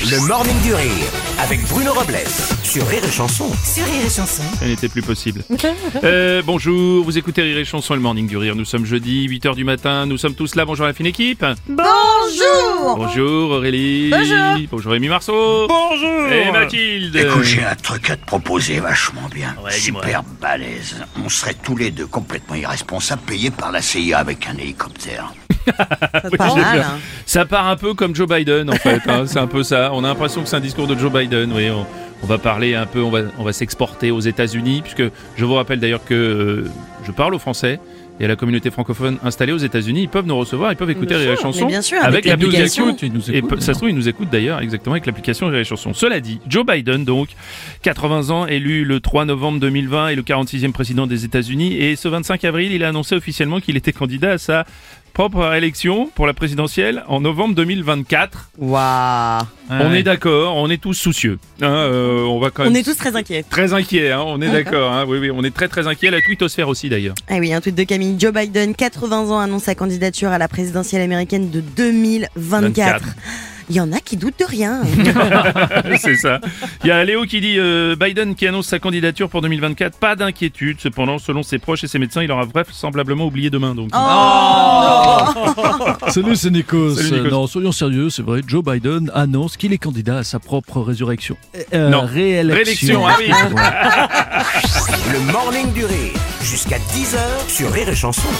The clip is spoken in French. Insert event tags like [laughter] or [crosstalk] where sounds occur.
Le Morning du Rire avec Bruno Robles sur Rire et Chanson. sur Rire et Chanson. Elle n'était plus possible. Euh, bonjour, vous écoutez Rire et Chanson et le Morning du Rire. Nous sommes jeudi, 8h du matin. Nous sommes tous là. Bonjour à la fine équipe. Bonjour Bonjour Aurélie. Bonjour. Bonjour Rémi Marceau. Bonjour. Et Mathilde. Écoute, j'ai un truc à te proposer vachement bien. Euh, Ouais, dis-moi. Super balèze. On serait tous les deux complètement irresponsables, payés par la CIA avec un hélicoptère. Pas mal, hein. Ça part un peu comme Joe Biden en fait. hein. C'est un peu ça. On a l'impression que c'est un discours de Joe Biden. Oui, on, on va parler un peu, on va, on va s'exporter aux États-Unis, puisque je vous rappelle d'ailleurs que euh, je parle aux Français. Et à la communauté francophone installée aux États-Unis, ils peuvent nous recevoir, ils peuvent écouter Bien Rire et sûr, Chanson mais bien sûr, avec avec l'application. l'application. Et pe- ça se trouve, ils nous écoutent d'ailleurs exactement avec l'application Rire et Chanson. Cela dit, Joe Biden, donc, 80 ans, élu le 3 novembre 2020 et le 46e président des États-Unis. Et ce 25 avril, il a annoncé officiellement qu'il était candidat à sa propre élection pour la présidentielle en novembre 2024. Waouh On est d'accord, on est tous soucieux. Hein, euh, on va quand même On est tous très inquiets. très inquiets, hein, [laughs] on est d'accord. hein, oui, oui, on est très très inquiets. La twittosphère aussi d'ailleurs. [laughs] Ah oui, un tweet de Camille. Joe Biden, 80 ans, annonce sa candidature à la présidentielle américaine de 2024. 24. Il y en a qui doutent de rien. C'est ça. Il y a Léo qui dit euh, Biden qui annonce sa candidature pour 2024. Pas d'inquiétude. Cependant, selon ses proches et ses médecins, il aura vraisemblablement oublié demain. Donc, [laughs] Salut, c'est Nikos. Salut, Nikos. Euh, Non, soyons sérieux, c'est vrai. Joe Biden annonce qu'il est candidat à sa propre résurrection. Euh, Non. Réélection, Réélection. ah oui. [laughs] Le Morning du Rire jusqu'à 10h sur Rire et Chanson.